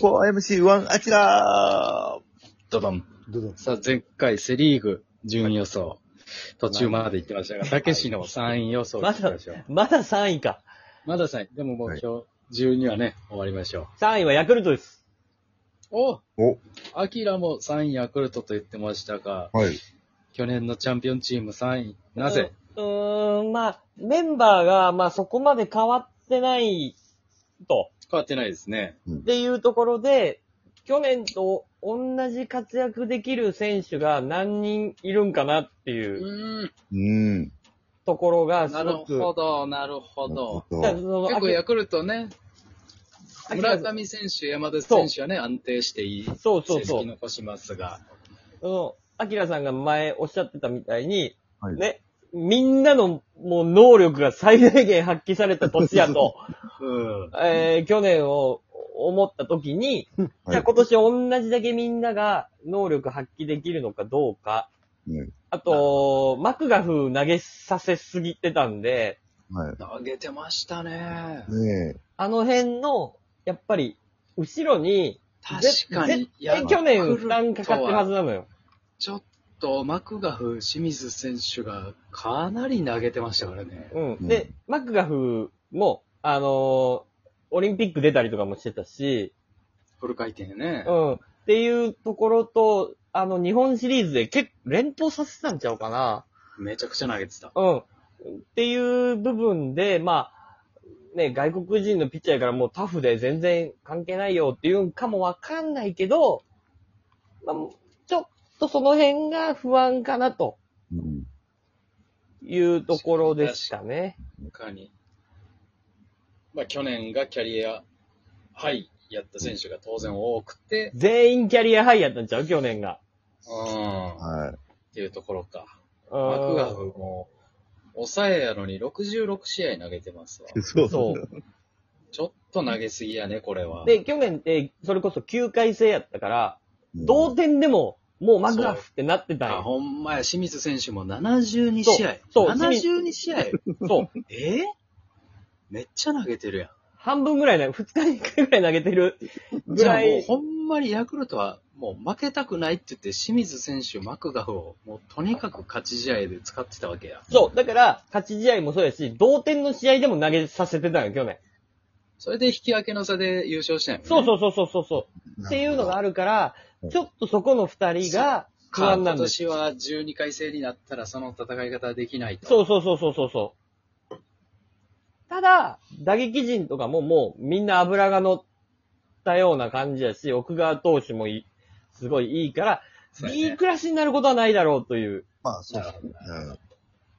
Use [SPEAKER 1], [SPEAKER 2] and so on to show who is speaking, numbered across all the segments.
[SPEAKER 1] 4MC1 アキラ
[SPEAKER 2] ドドン。
[SPEAKER 3] どうぞ。
[SPEAKER 2] さあ、前回セリーグ順位予想、途中まで行ってましたが、たけしの3位予想
[SPEAKER 4] ま
[SPEAKER 2] 聞き
[SPEAKER 4] だ
[SPEAKER 2] ましょう。、
[SPEAKER 4] まだ3位か。
[SPEAKER 2] まだ3位。でも目標12はね、終わりましょ
[SPEAKER 4] 3位はヤクルトです。
[SPEAKER 2] う。お
[SPEAKER 1] お、
[SPEAKER 2] アキラも3位ヤクルトと言ってましたが、
[SPEAKER 1] はい。
[SPEAKER 2] 去年のチャンピオンチーム3位。なぜ、
[SPEAKER 4] うーん、まあ、メンバーが、まあそこまで変わってない、と。
[SPEAKER 2] 変わってないですね。
[SPEAKER 4] っていうところで、去年と同じ活躍できる選手が何人いるんかなっていう
[SPEAKER 2] うん。
[SPEAKER 1] うん。
[SPEAKER 4] ところが、す
[SPEAKER 2] なる
[SPEAKER 4] ごく。
[SPEAKER 2] ほど、なるほど。
[SPEAKER 4] だからその
[SPEAKER 2] 結構ヤクルトね、
[SPEAKER 4] 秋
[SPEAKER 2] 村上選手、山田選手はね、安定していい
[SPEAKER 4] そう
[SPEAKER 2] 成
[SPEAKER 4] そうそ
[SPEAKER 2] 績
[SPEAKER 4] う。
[SPEAKER 2] 残しますが。
[SPEAKER 4] その、アキラさんが前おっしゃってたみたいに、
[SPEAKER 1] はい
[SPEAKER 4] ね、みんなのもう能力が最大限発揮された年や と、
[SPEAKER 2] うん。
[SPEAKER 4] えー去年を思った時に、
[SPEAKER 1] はい
[SPEAKER 4] じゃあ今年同じだけみんなが能力発揮できるのかどうか、
[SPEAKER 1] うん
[SPEAKER 4] あと、マクガフ投げさせすぎてたんで、
[SPEAKER 1] は
[SPEAKER 2] 投げてましたね。
[SPEAKER 1] い。ねえ。
[SPEAKER 4] あの辺の、やっぱり、後ろに、
[SPEAKER 2] 確かに。
[SPEAKER 4] 絶対去年負担かかってるはずなのよ。
[SPEAKER 2] ちょっと、マクガフ、清水選手がかなり投げてましたからね。
[SPEAKER 4] うん。
[SPEAKER 1] う
[SPEAKER 4] で、マクガフも、あのーオリンピック出たりとかもしてたし、
[SPEAKER 2] フル回転ね。
[SPEAKER 4] うん。っていうところと、あの、日本シリーズで結構連投させてたんちゃうかな。
[SPEAKER 2] めちゃくちゃ投げてた。
[SPEAKER 4] うん。っていう部分で、まあ、ね、外国人のピッチャーやからもうタフで全然関係ないよっていうんかもわかんないけど、まあ、ちょっとその辺が不安かなと
[SPEAKER 1] うん。
[SPEAKER 4] いうところでしたね。
[SPEAKER 2] 他に。まあ、去年がキャリア、はい、やった選手が当然多くて、
[SPEAKER 4] 全員キャリアハイやったんちゃう去年が。
[SPEAKER 2] うん、っ
[SPEAKER 1] は
[SPEAKER 2] ていうところか。
[SPEAKER 4] うん
[SPEAKER 2] マクガフも、抑えやのに66試合投げてますわ。
[SPEAKER 1] い。そう
[SPEAKER 4] そう。
[SPEAKER 2] ちょっと投げすぎやね、これは。
[SPEAKER 4] で、去年って、それこそ9回制やったから、
[SPEAKER 1] うん
[SPEAKER 4] 同点でも、もうマクガフってなってたん
[SPEAKER 2] あ、
[SPEAKER 4] よ。
[SPEAKER 2] ほんまや、清水選手も72試合。
[SPEAKER 4] そうそう
[SPEAKER 2] 72試合。
[SPEAKER 4] そう。
[SPEAKER 2] えーめっちゃ投げてるやん。
[SPEAKER 4] 半分ぐらいな、2日に1回ぐらい投げてるぐら
[SPEAKER 2] じゃあもう
[SPEAKER 4] い。
[SPEAKER 2] ほんまにヤクルトはもう負けたくないって言って、清水選手、マクガフをもうとにかく勝ち試合で使ってたわけや。
[SPEAKER 4] そう。だから、勝ち試合もそうやし、同点の試合でも投げさせてたのよ、去年。
[SPEAKER 2] それで引き分けの差で優勝したんやもんね。
[SPEAKER 4] そう
[SPEAKER 2] う。
[SPEAKER 4] そうそうそうそうそう。っていうのがあるから
[SPEAKER 1] うん、
[SPEAKER 4] ちょっとそこの二人が不安な
[SPEAKER 2] 今
[SPEAKER 4] んです。
[SPEAKER 2] 年は12回制になったらその戦い方はできないと。。
[SPEAKER 4] そううそうそうそうそうそう。ただ、打撃陣とかももうみんな油が乗ったような感じやし、奥川投手もいいすごいいいから、
[SPEAKER 2] そうやね
[SPEAKER 4] いい暮らしになることはないだろうという、
[SPEAKER 1] まあ、そう
[SPEAKER 2] な
[SPEAKER 1] で
[SPEAKER 2] る
[SPEAKER 1] す
[SPEAKER 2] ほど。
[SPEAKER 1] ね。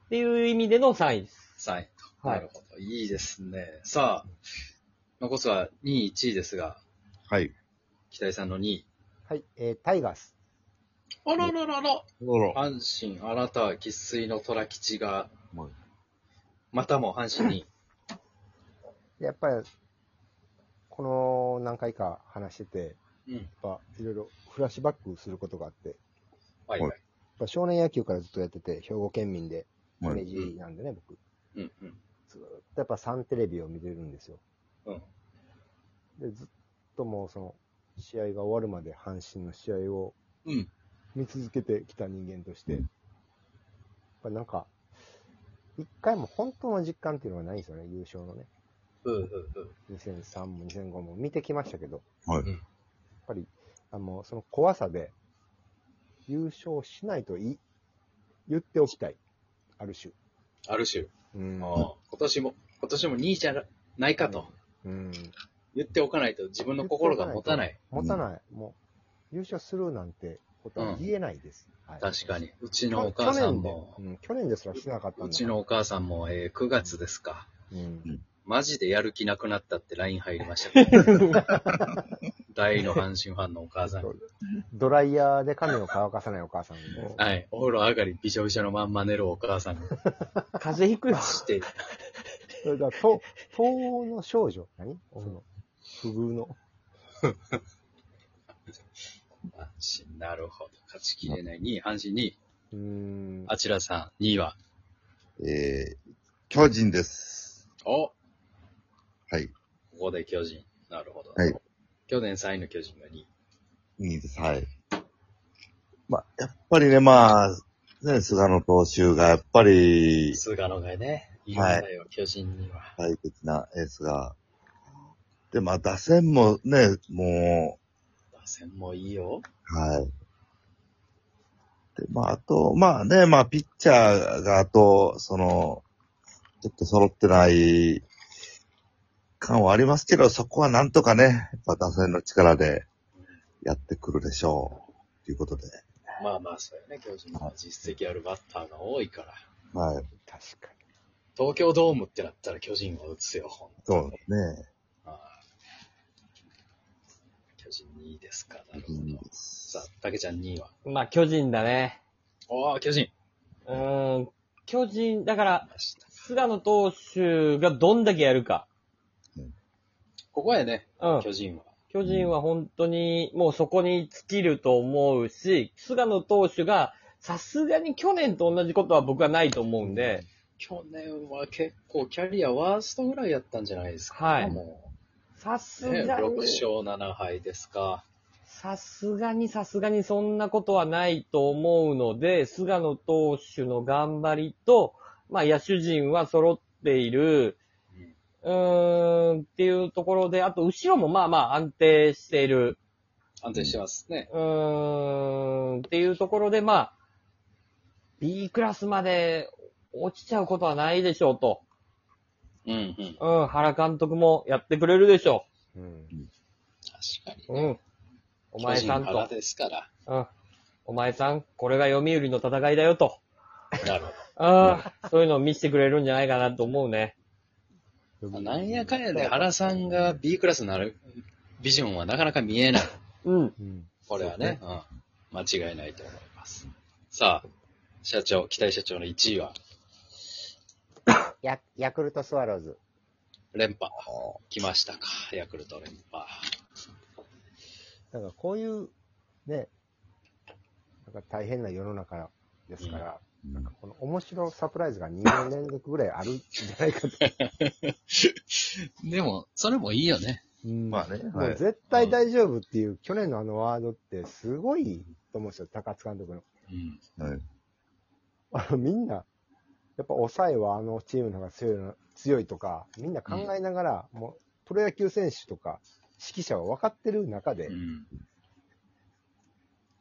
[SPEAKER 4] っていう意味での3位です。
[SPEAKER 2] 3位と。
[SPEAKER 4] は
[SPEAKER 2] ないるほど。いいですね。さあ、残すは2位、1位ですが、
[SPEAKER 1] はい。
[SPEAKER 2] 北井さんの2位。
[SPEAKER 3] はい、えー、タイガース。
[SPEAKER 2] あらららら。
[SPEAKER 1] あ
[SPEAKER 2] 阪神、あなたは喫水の虎吉が
[SPEAKER 1] はい、
[SPEAKER 2] またも阪神に。
[SPEAKER 3] やっぱり、この何回か話してて、
[SPEAKER 2] うん。
[SPEAKER 3] やっぱいろいろフラッシュバックすることがあって、やっ
[SPEAKER 2] はいはい。
[SPEAKER 3] ぱ少年野球からずっとやってて、兵庫県民で、
[SPEAKER 1] は
[SPEAKER 3] イ
[SPEAKER 1] い
[SPEAKER 3] メージなんでね、僕。
[SPEAKER 2] うんうん。
[SPEAKER 3] ずっとやっぱサンテレビを見てるんですよ。
[SPEAKER 2] うん。
[SPEAKER 3] で、ずっともうその、試合が終わるまで阪神の試合を
[SPEAKER 2] うん。
[SPEAKER 3] 見続けてきた人間として、
[SPEAKER 1] うん
[SPEAKER 3] やっぱなんか、一回も本当の実感っていうのはないんですよね、優勝のね。
[SPEAKER 2] ふうふうふう。
[SPEAKER 3] 2003も2005も見てきましたけど、
[SPEAKER 1] はい
[SPEAKER 3] やっぱり、あの、その怖さで、優勝しないとい言っておきたい。ある種。
[SPEAKER 2] ある種、
[SPEAKER 3] うん。
[SPEAKER 2] もう今年も、今年も2位じゃないかと
[SPEAKER 3] うん。
[SPEAKER 2] 言っておかないと自分の心が持たない。
[SPEAKER 3] 持たない。もう、優勝するなんてことは言えないです。はい
[SPEAKER 2] 確かに。うちのお母さんも
[SPEAKER 3] 去、年で、うん去年ですらしてなかったんだ
[SPEAKER 2] うちのお母さんも、えー、9月ですか。
[SPEAKER 3] うん
[SPEAKER 2] マジでやる気なくなったって LINE 入りま したけど。大の阪神ファンのお母さん。。
[SPEAKER 3] ドライヤーで髪を乾かさないお母さんも
[SPEAKER 2] はい。お風呂上がりびしょびしょのまんま寝るお母さんが
[SPEAKER 4] 風邪ひくよ。
[SPEAKER 2] して、
[SPEAKER 3] それだから、と東欧の少女。何その、不遇の。
[SPEAKER 2] 阪神、なるほど。勝ちきれない。2位、阪神2位。
[SPEAKER 3] うーん。
[SPEAKER 2] あちらさん、2位は。
[SPEAKER 1] えー、巨人です。
[SPEAKER 2] おこ
[SPEAKER 1] はい。
[SPEAKER 2] こで巨人。なるほど。
[SPEAKER 1] はい。
[SPEAKER 2] 去年3位の巨人が2位。
[SPEAKER 1] いいです、はい。まあ、やっぱりね、まあ、ね、菅野投手がやっぱり、
[SPEAKER 2] 菅野がね、いるんだよ、巨人には。
[SPEAKER 1] 大的なエースが。で、まあ、打線もね、も
[SPEAKER 2] 打線もいいよ。
[SPEAKER 1] う、はい。で、まあ、あと、まあね、まあ、ピッチャーが、あと、その、ちょっと揃ってない感はありますけど、そこはなんとかね、やっぱ打線の力でやってくるでしょう。ということで。
[SPEAKER 2] まあまあ、そうやね、巨人は実績あるバッターが多いから。
[SPEAKER 1] はい。
[SPEAKER 3] 確かに。
[SPEAKER 2] 東京ドームってなったら巨人は打つよ、ほんと
[SPEAKER 1] そうですね。
[SPEAKER 2] ああ巨人2位ですか、なるほ
[SPEAKER 1] いいで
[SPEAKER 2] ど。
[SPEAKER 1] す
[SPEAKER 2] さあ、竹ちゃん2位は。
[SPEAKER 4] まあ、巨人だね。
[SPEAKER 2] ああ、巨人。
[SPEAKER 4] うーん、巨人、だから、
[SPEAKER 2] ました
[SPEAKER 4] 菅野投手がどんだけやるか。
[SPEAKER 2] ここやね、
[SPEAKER 4] うん。
[SPEAKER 2] 巨人は。
[SPEAKER 4] 巨人は本当に、もうそこに尽きると思うし、菅野投手が、さすがに去年と同じことは僕はないと思うんで、
[SPEAKER 2] 去年は結構キャリアワーストぐらいやったんじゃないですか。
[SPEAKER 4] はい
[SPEAKER 2] も
[SPEAKER 4] さす
[SPEAKER 2] う、ね、6
[SPEAKER 4] がに、
[SPEAKER 2] 勝7敗ですか。
[SPEAKER 4] さすがにさすがにそんなことはないと思うので、菅野投手の頑張りと、まあ野手陣は揃っている、
[SPEAKER 2] うん
[SPEAKER 4] うーん、っていうところで、あと後ろもまあまあ安定している、
[SPEAKER 2] 安定してますね。
[SPEAKER 4] うーん、っていうところで、まあ、B クラスまで落ちちゃうことはないでしょうと。
[SPEAKER 2] うんうん。
[SPEAKER 4] うん、原監督もやってくれるでしょ
[SPEAKER 3] うん。
[SPEAKER 2] 確かに。
[SPEAKER 4] う。うん。お前さ
[SPEAKER 2] 巨
[SPEAKER 4] ん
[SPEAKER 2] 人から
[SPEAKER 4] と。
[SPEAKER 2] ですから。
[SPEAKER 4] うん。お前さん、これが読売の戦いだよと。
[SPEAKER 2] なるほ
[SPEAKER 4] ああ、そういうのを見せてくれるんじゃないかなと思うね。
[SPEAKER 2] ど。 なんやかんやで原さんが B クラスになるビジョンはなかなか見えない。
[SPEAKER 4] うん。
[SPEAKER 3] うん。
[SPEAKER 2] これはね、うん。間違いないと思います。さあ、社長、期待社長の1位は、
[SPEAKER 5] ヤヤクルトスワローズ。
[SPEAKER 2] 連覇。来ましたか。ヤクルト連覇。
[SPEAKER 3] だからこういう、ね、なんか大変な世の中ですから、なんかこの面白サプライズが2年連続ぐらいあるんじゃないかと。
[SPEAKER 2] でも、それもいいよね。
[SPEAKER 3] うん
[SPEAKER 1] まあね、
[SPEAKER 3] も
[SPEAKER 1] は
[SPEAKER 3] う
[SPEAKER 1] い。
[SPEAKER 3] 絶対大丈夫っていう、去年のあのワードってすごいと思うんですよ、高津監督の。
[SPEAKER 2] うん。
[SPEAKER 1] はい
[SPEAKER 3] あのみんな、やっぱ抑えはあのチームの方が強いの強いとか、みんな考えながら、もうプロ野球選手とか指揮者は分かってる中で、
[SPEAKER 2] うん。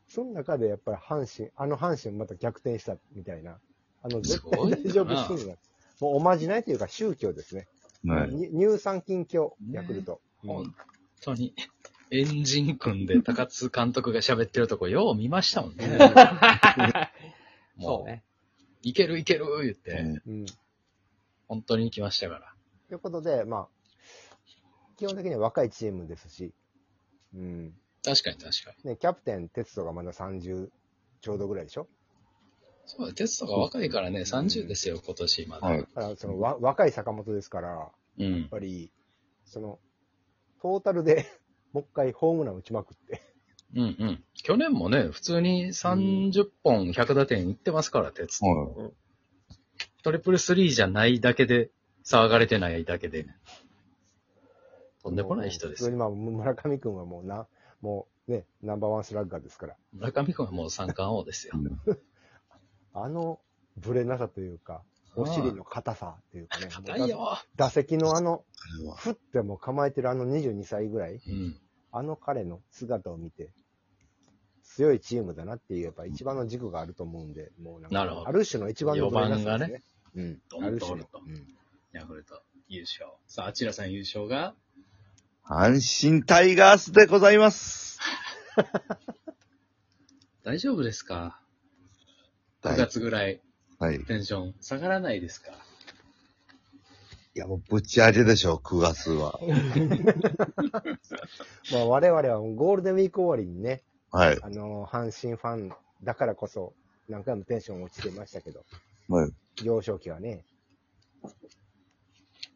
[SPEAKER 3] その中でやっぱり阪神、あの阪神また逆転したみたいな、あの絶
[SPEAKER 2] すご
[SPEAKER 3] 対
[SPEAKER 2] いよな
[SPEAKER 3] 大丈夫シーンが、もうおまじないというか宗教ですね。
[SPEAKER 1] はい。
[SPEAKER 3] に乳酸菌教、
[SPEAKER 2] ね
[SPEAKER 3] ヤクルト。
[SPEAKER 2] 本当に、エンジン組んで高津監督が喋ってるとこ、よう見ましたもんね。
[SPEAKER 4] そ
[SPEAKER 2] も
[SPEAKER 4] うね。
[SPEAKER 2] う、いけるいける言って、
[SPEAKER 1] うん
[SPEAKER 3] うん。
[SPEAKER 2] 本当に来ましたから。
[SPEAKER 3] ということで、まあ、基本的には若いチームですし、うん。
[SPEAKER 2] 確かに確かに。
[SPEAKER 3] ね、キャプテン、鉄道がまだ30ちょうどぐらいでしょ
[SPEAKER 2] そうだ、テストが若いからね、30ですよ、今年まだ。
[SPEAKER 1] はい。
[SPEAKER 3] だから、その、わ、若い坂本ですから、や
[SPEAKER 2] うん
[SPEAKER 3] っ。ぱり、その、トータルで、 もう一回ホームラン打ちまくって。
[SPEAKER 2] うんうん。去年もね、普通に30本100打点いってますから、鉄道。
[SPEAKER 1] はい
[SPEAKER 2] トリプルスリーじゃないだけで、騒がれてないだけで。とんでもない人です
[SPEAKER 3] そ
[SPEAKER 2] よ
[SPEAKER 3] れ。にまあ、村上君はもうな、もうね、ナンバーワンスラッガーですから、
[SPEAKER 2] 村上君はもう三冠王ですよ。
[SPEAKER 3] あの、ブレなさというか、お尻の硬さというかね、
[SPEAKER 2] 硬いよ。
[SPEAKER 3] 打席のあの、
[SPEAKER 1] あれは
[SPEAKER 3] ふっても構えてるあの22歳ぐらい、
[SPEAKER 2] うん。
[SPEAKER 3] あの彼の姿を見て、強いチームだなっていう、やっぱ一番の軸があると思うんで、もうなん
[SPEAKER 2] なるほ
[SPEAKER 3] か、
[SPEAKER 2] ど
[SPEAKER 3] ある種の一番のブレなさですね。うん。
[SPEAKER 2] どんど
[SPEAKER 3] あ
[SPEAKER 2] ん
[SPEAKER 3] る
[SPEAKER 2] と
[SPEAKER 3] 種の。うん
[SPEAKER 2] ヤクルト優勝。さあ、あちらさん優勝が、
[SPEAKER 1] 阪神タイガースでございます。
[SPEAKER 2] 大丈夫ですか
[SPEAKER 1] は
[SPEAKER 2] ?9
[SPEAKER 1] い
[SPEAKER 2] 月ぐらい
[SPEAKER 1] はい。い
[SPEAKER 2] テンション下がらないですか
[SPEAKER 1] や、もうぶち上げでしょ、9月は。
[SPEAKER 3] まあ、我々はゴールデンウィーク終わりにね、
[SPEAKER 1] はい。
[SPEAKER 3] あのー阪神ファンだからこそ、何回もテンション落ちてましたけど、
[SPEAKER 1] はい。
[SPEAKER 3] 幼少期はね、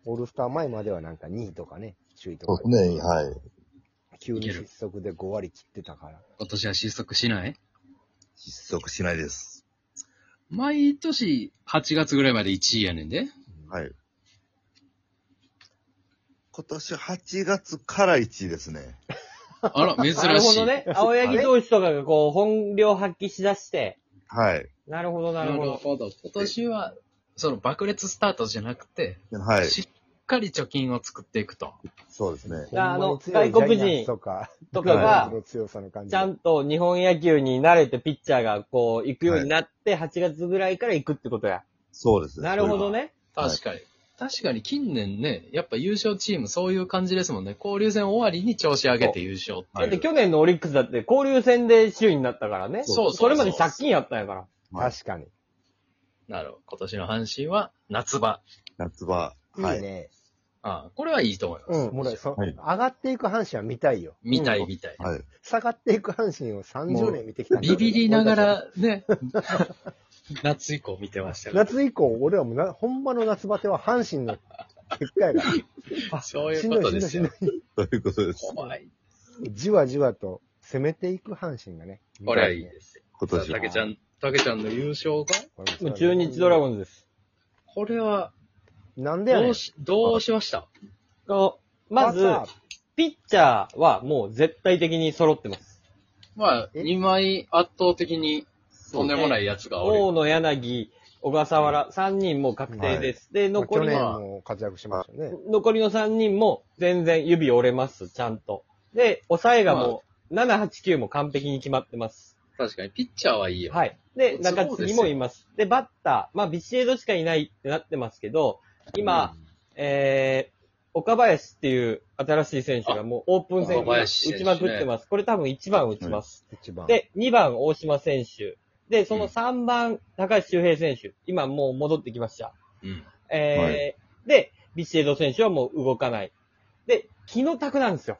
[SPEAKER 3] オールスター前まではなんか2位とかね、首位と
[SPEAKER 1] そう
[SPEAKER 3] か
[SPEAKER 1] で、すね、はい。
[SPEAKER 3] 急に失速で5割切ってたから。
[SPEAKER 2] 今年は失速しない
[SPEAKER 1] 失速しないです。
[SPEAKER 2] 毎年8月ぐらいまで1位やねんで。
[SPEAKER 1] はい。今年8月から1位ですね。
[SPEAKER 2] あ ら、珍しい。
[SPEAKER 4] なるほどね。青柳投手とかがこう、本領発揮しだして。
[SPEAKER 1] はい。
[SPEAKER 4] なるほど、
[SPEAKER 2] な
[SPEAKER 4] なる
[SPEAKER 2] る
[SPEAKER 4] ほど。
[SPEAKER 2] ほど。今年は、その爆裂スタートじゃなくて、
[SPEAKER 1] はい。
[SPEAKER 2] しっかり貯金を作っていくと。
[SPEAKER 1] そうですね。
[SPEAKER 4] あの
[SPEAKER 3] ほんまに強
[SPEAKER 4] 外
[SPEAKER 3] い
[SPEAKER 4] 国人
[SPEAKER 3] ジャイアンツとか、
[SPEAKER 4] とか
[SPEAKER 1] は
[SPEAKER 4] が
[SPEAKER 1] い、
[SPEAKER 3] の強さの感じ。
[SPEAKER 4] ちゃんと日本野球に慣れてピッチャーがこう、行くようになって、8月ぐらいから行くってことや。
[SPEAKER 1] そうですね。
[SPEAKER 4] なるほどね。
[SPEAKER 1] はい
[SPEAKER 2] 確かに。確かに近年ね、やっぱ優勝チームそういう感じですもんね。交流戦終わりに調子上げて優勝
[SPEAKER 4] だっ
[SPEAKER 2] って
[SPEAKER 4] て
[SPEAKER 2] いう。
[SPEAKER 4] 去年のオリックスだって交流戦で首位になったから
[SPEAKER 2] そ
[SPEAKER 4] ね。
[SPEAKER 2] うそうそう
[SPEAKER 4] れまで借金やったんやから。
[SPEAKER 1] はい
[SPEAKER 3] 確かに。
[SPEAKER 2] なるほど。今年の阪神は夏場。
[SPEAKER 1] 夏場。はい
[SPEAKER 3] いい。ね。
[SPEAKER 2] ああ、これはいいと思います。
[SPEAKER 3] うん、もうそ、
[SPEAKER 1] はい
[SPEAKER 3] 上がっていく阪神は見たいよ。
[SPEAKER 2] 見たい見たい。
[SPEAKER 1] はい。
[SPEAKER 3] 下がっていく阪神を30年見てきたんだ
[SPEAKER 2] ビビりなが。らね、夏以降見てましたから
[SPEAKER 3] 夏以降、俺はもうな、ほんまの夏バテは阪神の結果や か
[SPEAKER 2] そう
[SPEAKER 3] ら。
[SPEAKER 2] い
[SPEAKER 3] し
[SPEAKER 2] うんこ
[SPEAKER 3] ど
[SPEAKER 2] と
[SPEAKER 3] いしん
[SPEAKER 2] で
[SPEAKER 3] どい
[SPEAKER 2] す
[SPEAKER 3] しんど
[SPEAKER 2] よ
[SPEAKER 3] い。。
[SPEAKER 1] ということです。
[SPEAKER 2] 怖い。
[SPEAKER 3] じわじわと攻めていく阪神がね。
[SPEAKER 2] これはいいです。
[SPEAKER 1] 今年
[SPEAKER 2] さ
[SPEAKER 1] は
[SPEAKER 2] あ竹ちゃん、竹ちゃんの優勝が
[SPEAKER 3] こ
[SPEAKER 4] も
[SPEAKER 3] れ
[SPEAKER 4] う中日ドラゴンズです。
[SPEAKER 2] これは、
[SPEAKER 3] なんでやね
[SPEAKER 2] ど
[SPEAKER 3] ん
[SPEAKER 2] う。し、どうしました
[SPEAKER 4] こうまず、
[SPEAKER 3] さ
[SPEAKER 4] ピッチャーはもう絶対的に揃ってます。
[SPEAKER 2] まあ、
[SPEAKER 3] え
[SPEAKER 2] 2枚圧倒的にとんでもないやつがお
[SPEAKER 4] 大
[SPEAKER 2] る。
[SPEAKER 4] 野、柳、小笠原、3人もう確定です。で、
[SPEAKER 3] まあ
[SPEAKER 4] 残
[SPEAKER 3] 去
[SPEAKER 4] りの
[SPEAKER 3] 年も活躍しましたね。
[SPEAKER 4] 残りの3人も全然指折れます、ちゃんと。で、抑えがもう、7、8、9も完璧に決まってます。
[SPEAKER 2] 確かに、ピッチャーはいいよ。
[SPEAKER 4] はい。で、
[SPEAKER 2] そう
[SPEAKER 4] 中継ぎもいます。で、バッター、まあ、ビシエドしかいないってなってますけど、今、えー、岡林っていう新しい選手がもうオープン戦
[SPEAKER 2] 岡林選
[SPEAKER 4] 打
[SPEAKER 2] 手
[SPEAKER 4] ちまくってます。これ多分1番打ちます。
[SPEAKER 3] 一番。
[SPEAKER 4] で、2番大島選手。で、その3番高橋周平選手。今もう戻ってきました。
[SPEAKER 2] うん。
[SPEAKER 4] えー
[SPEAKER 1] は
[SPEAKER 4] で、ビシエド選手はもう動かない。で、気の卓なんですよ。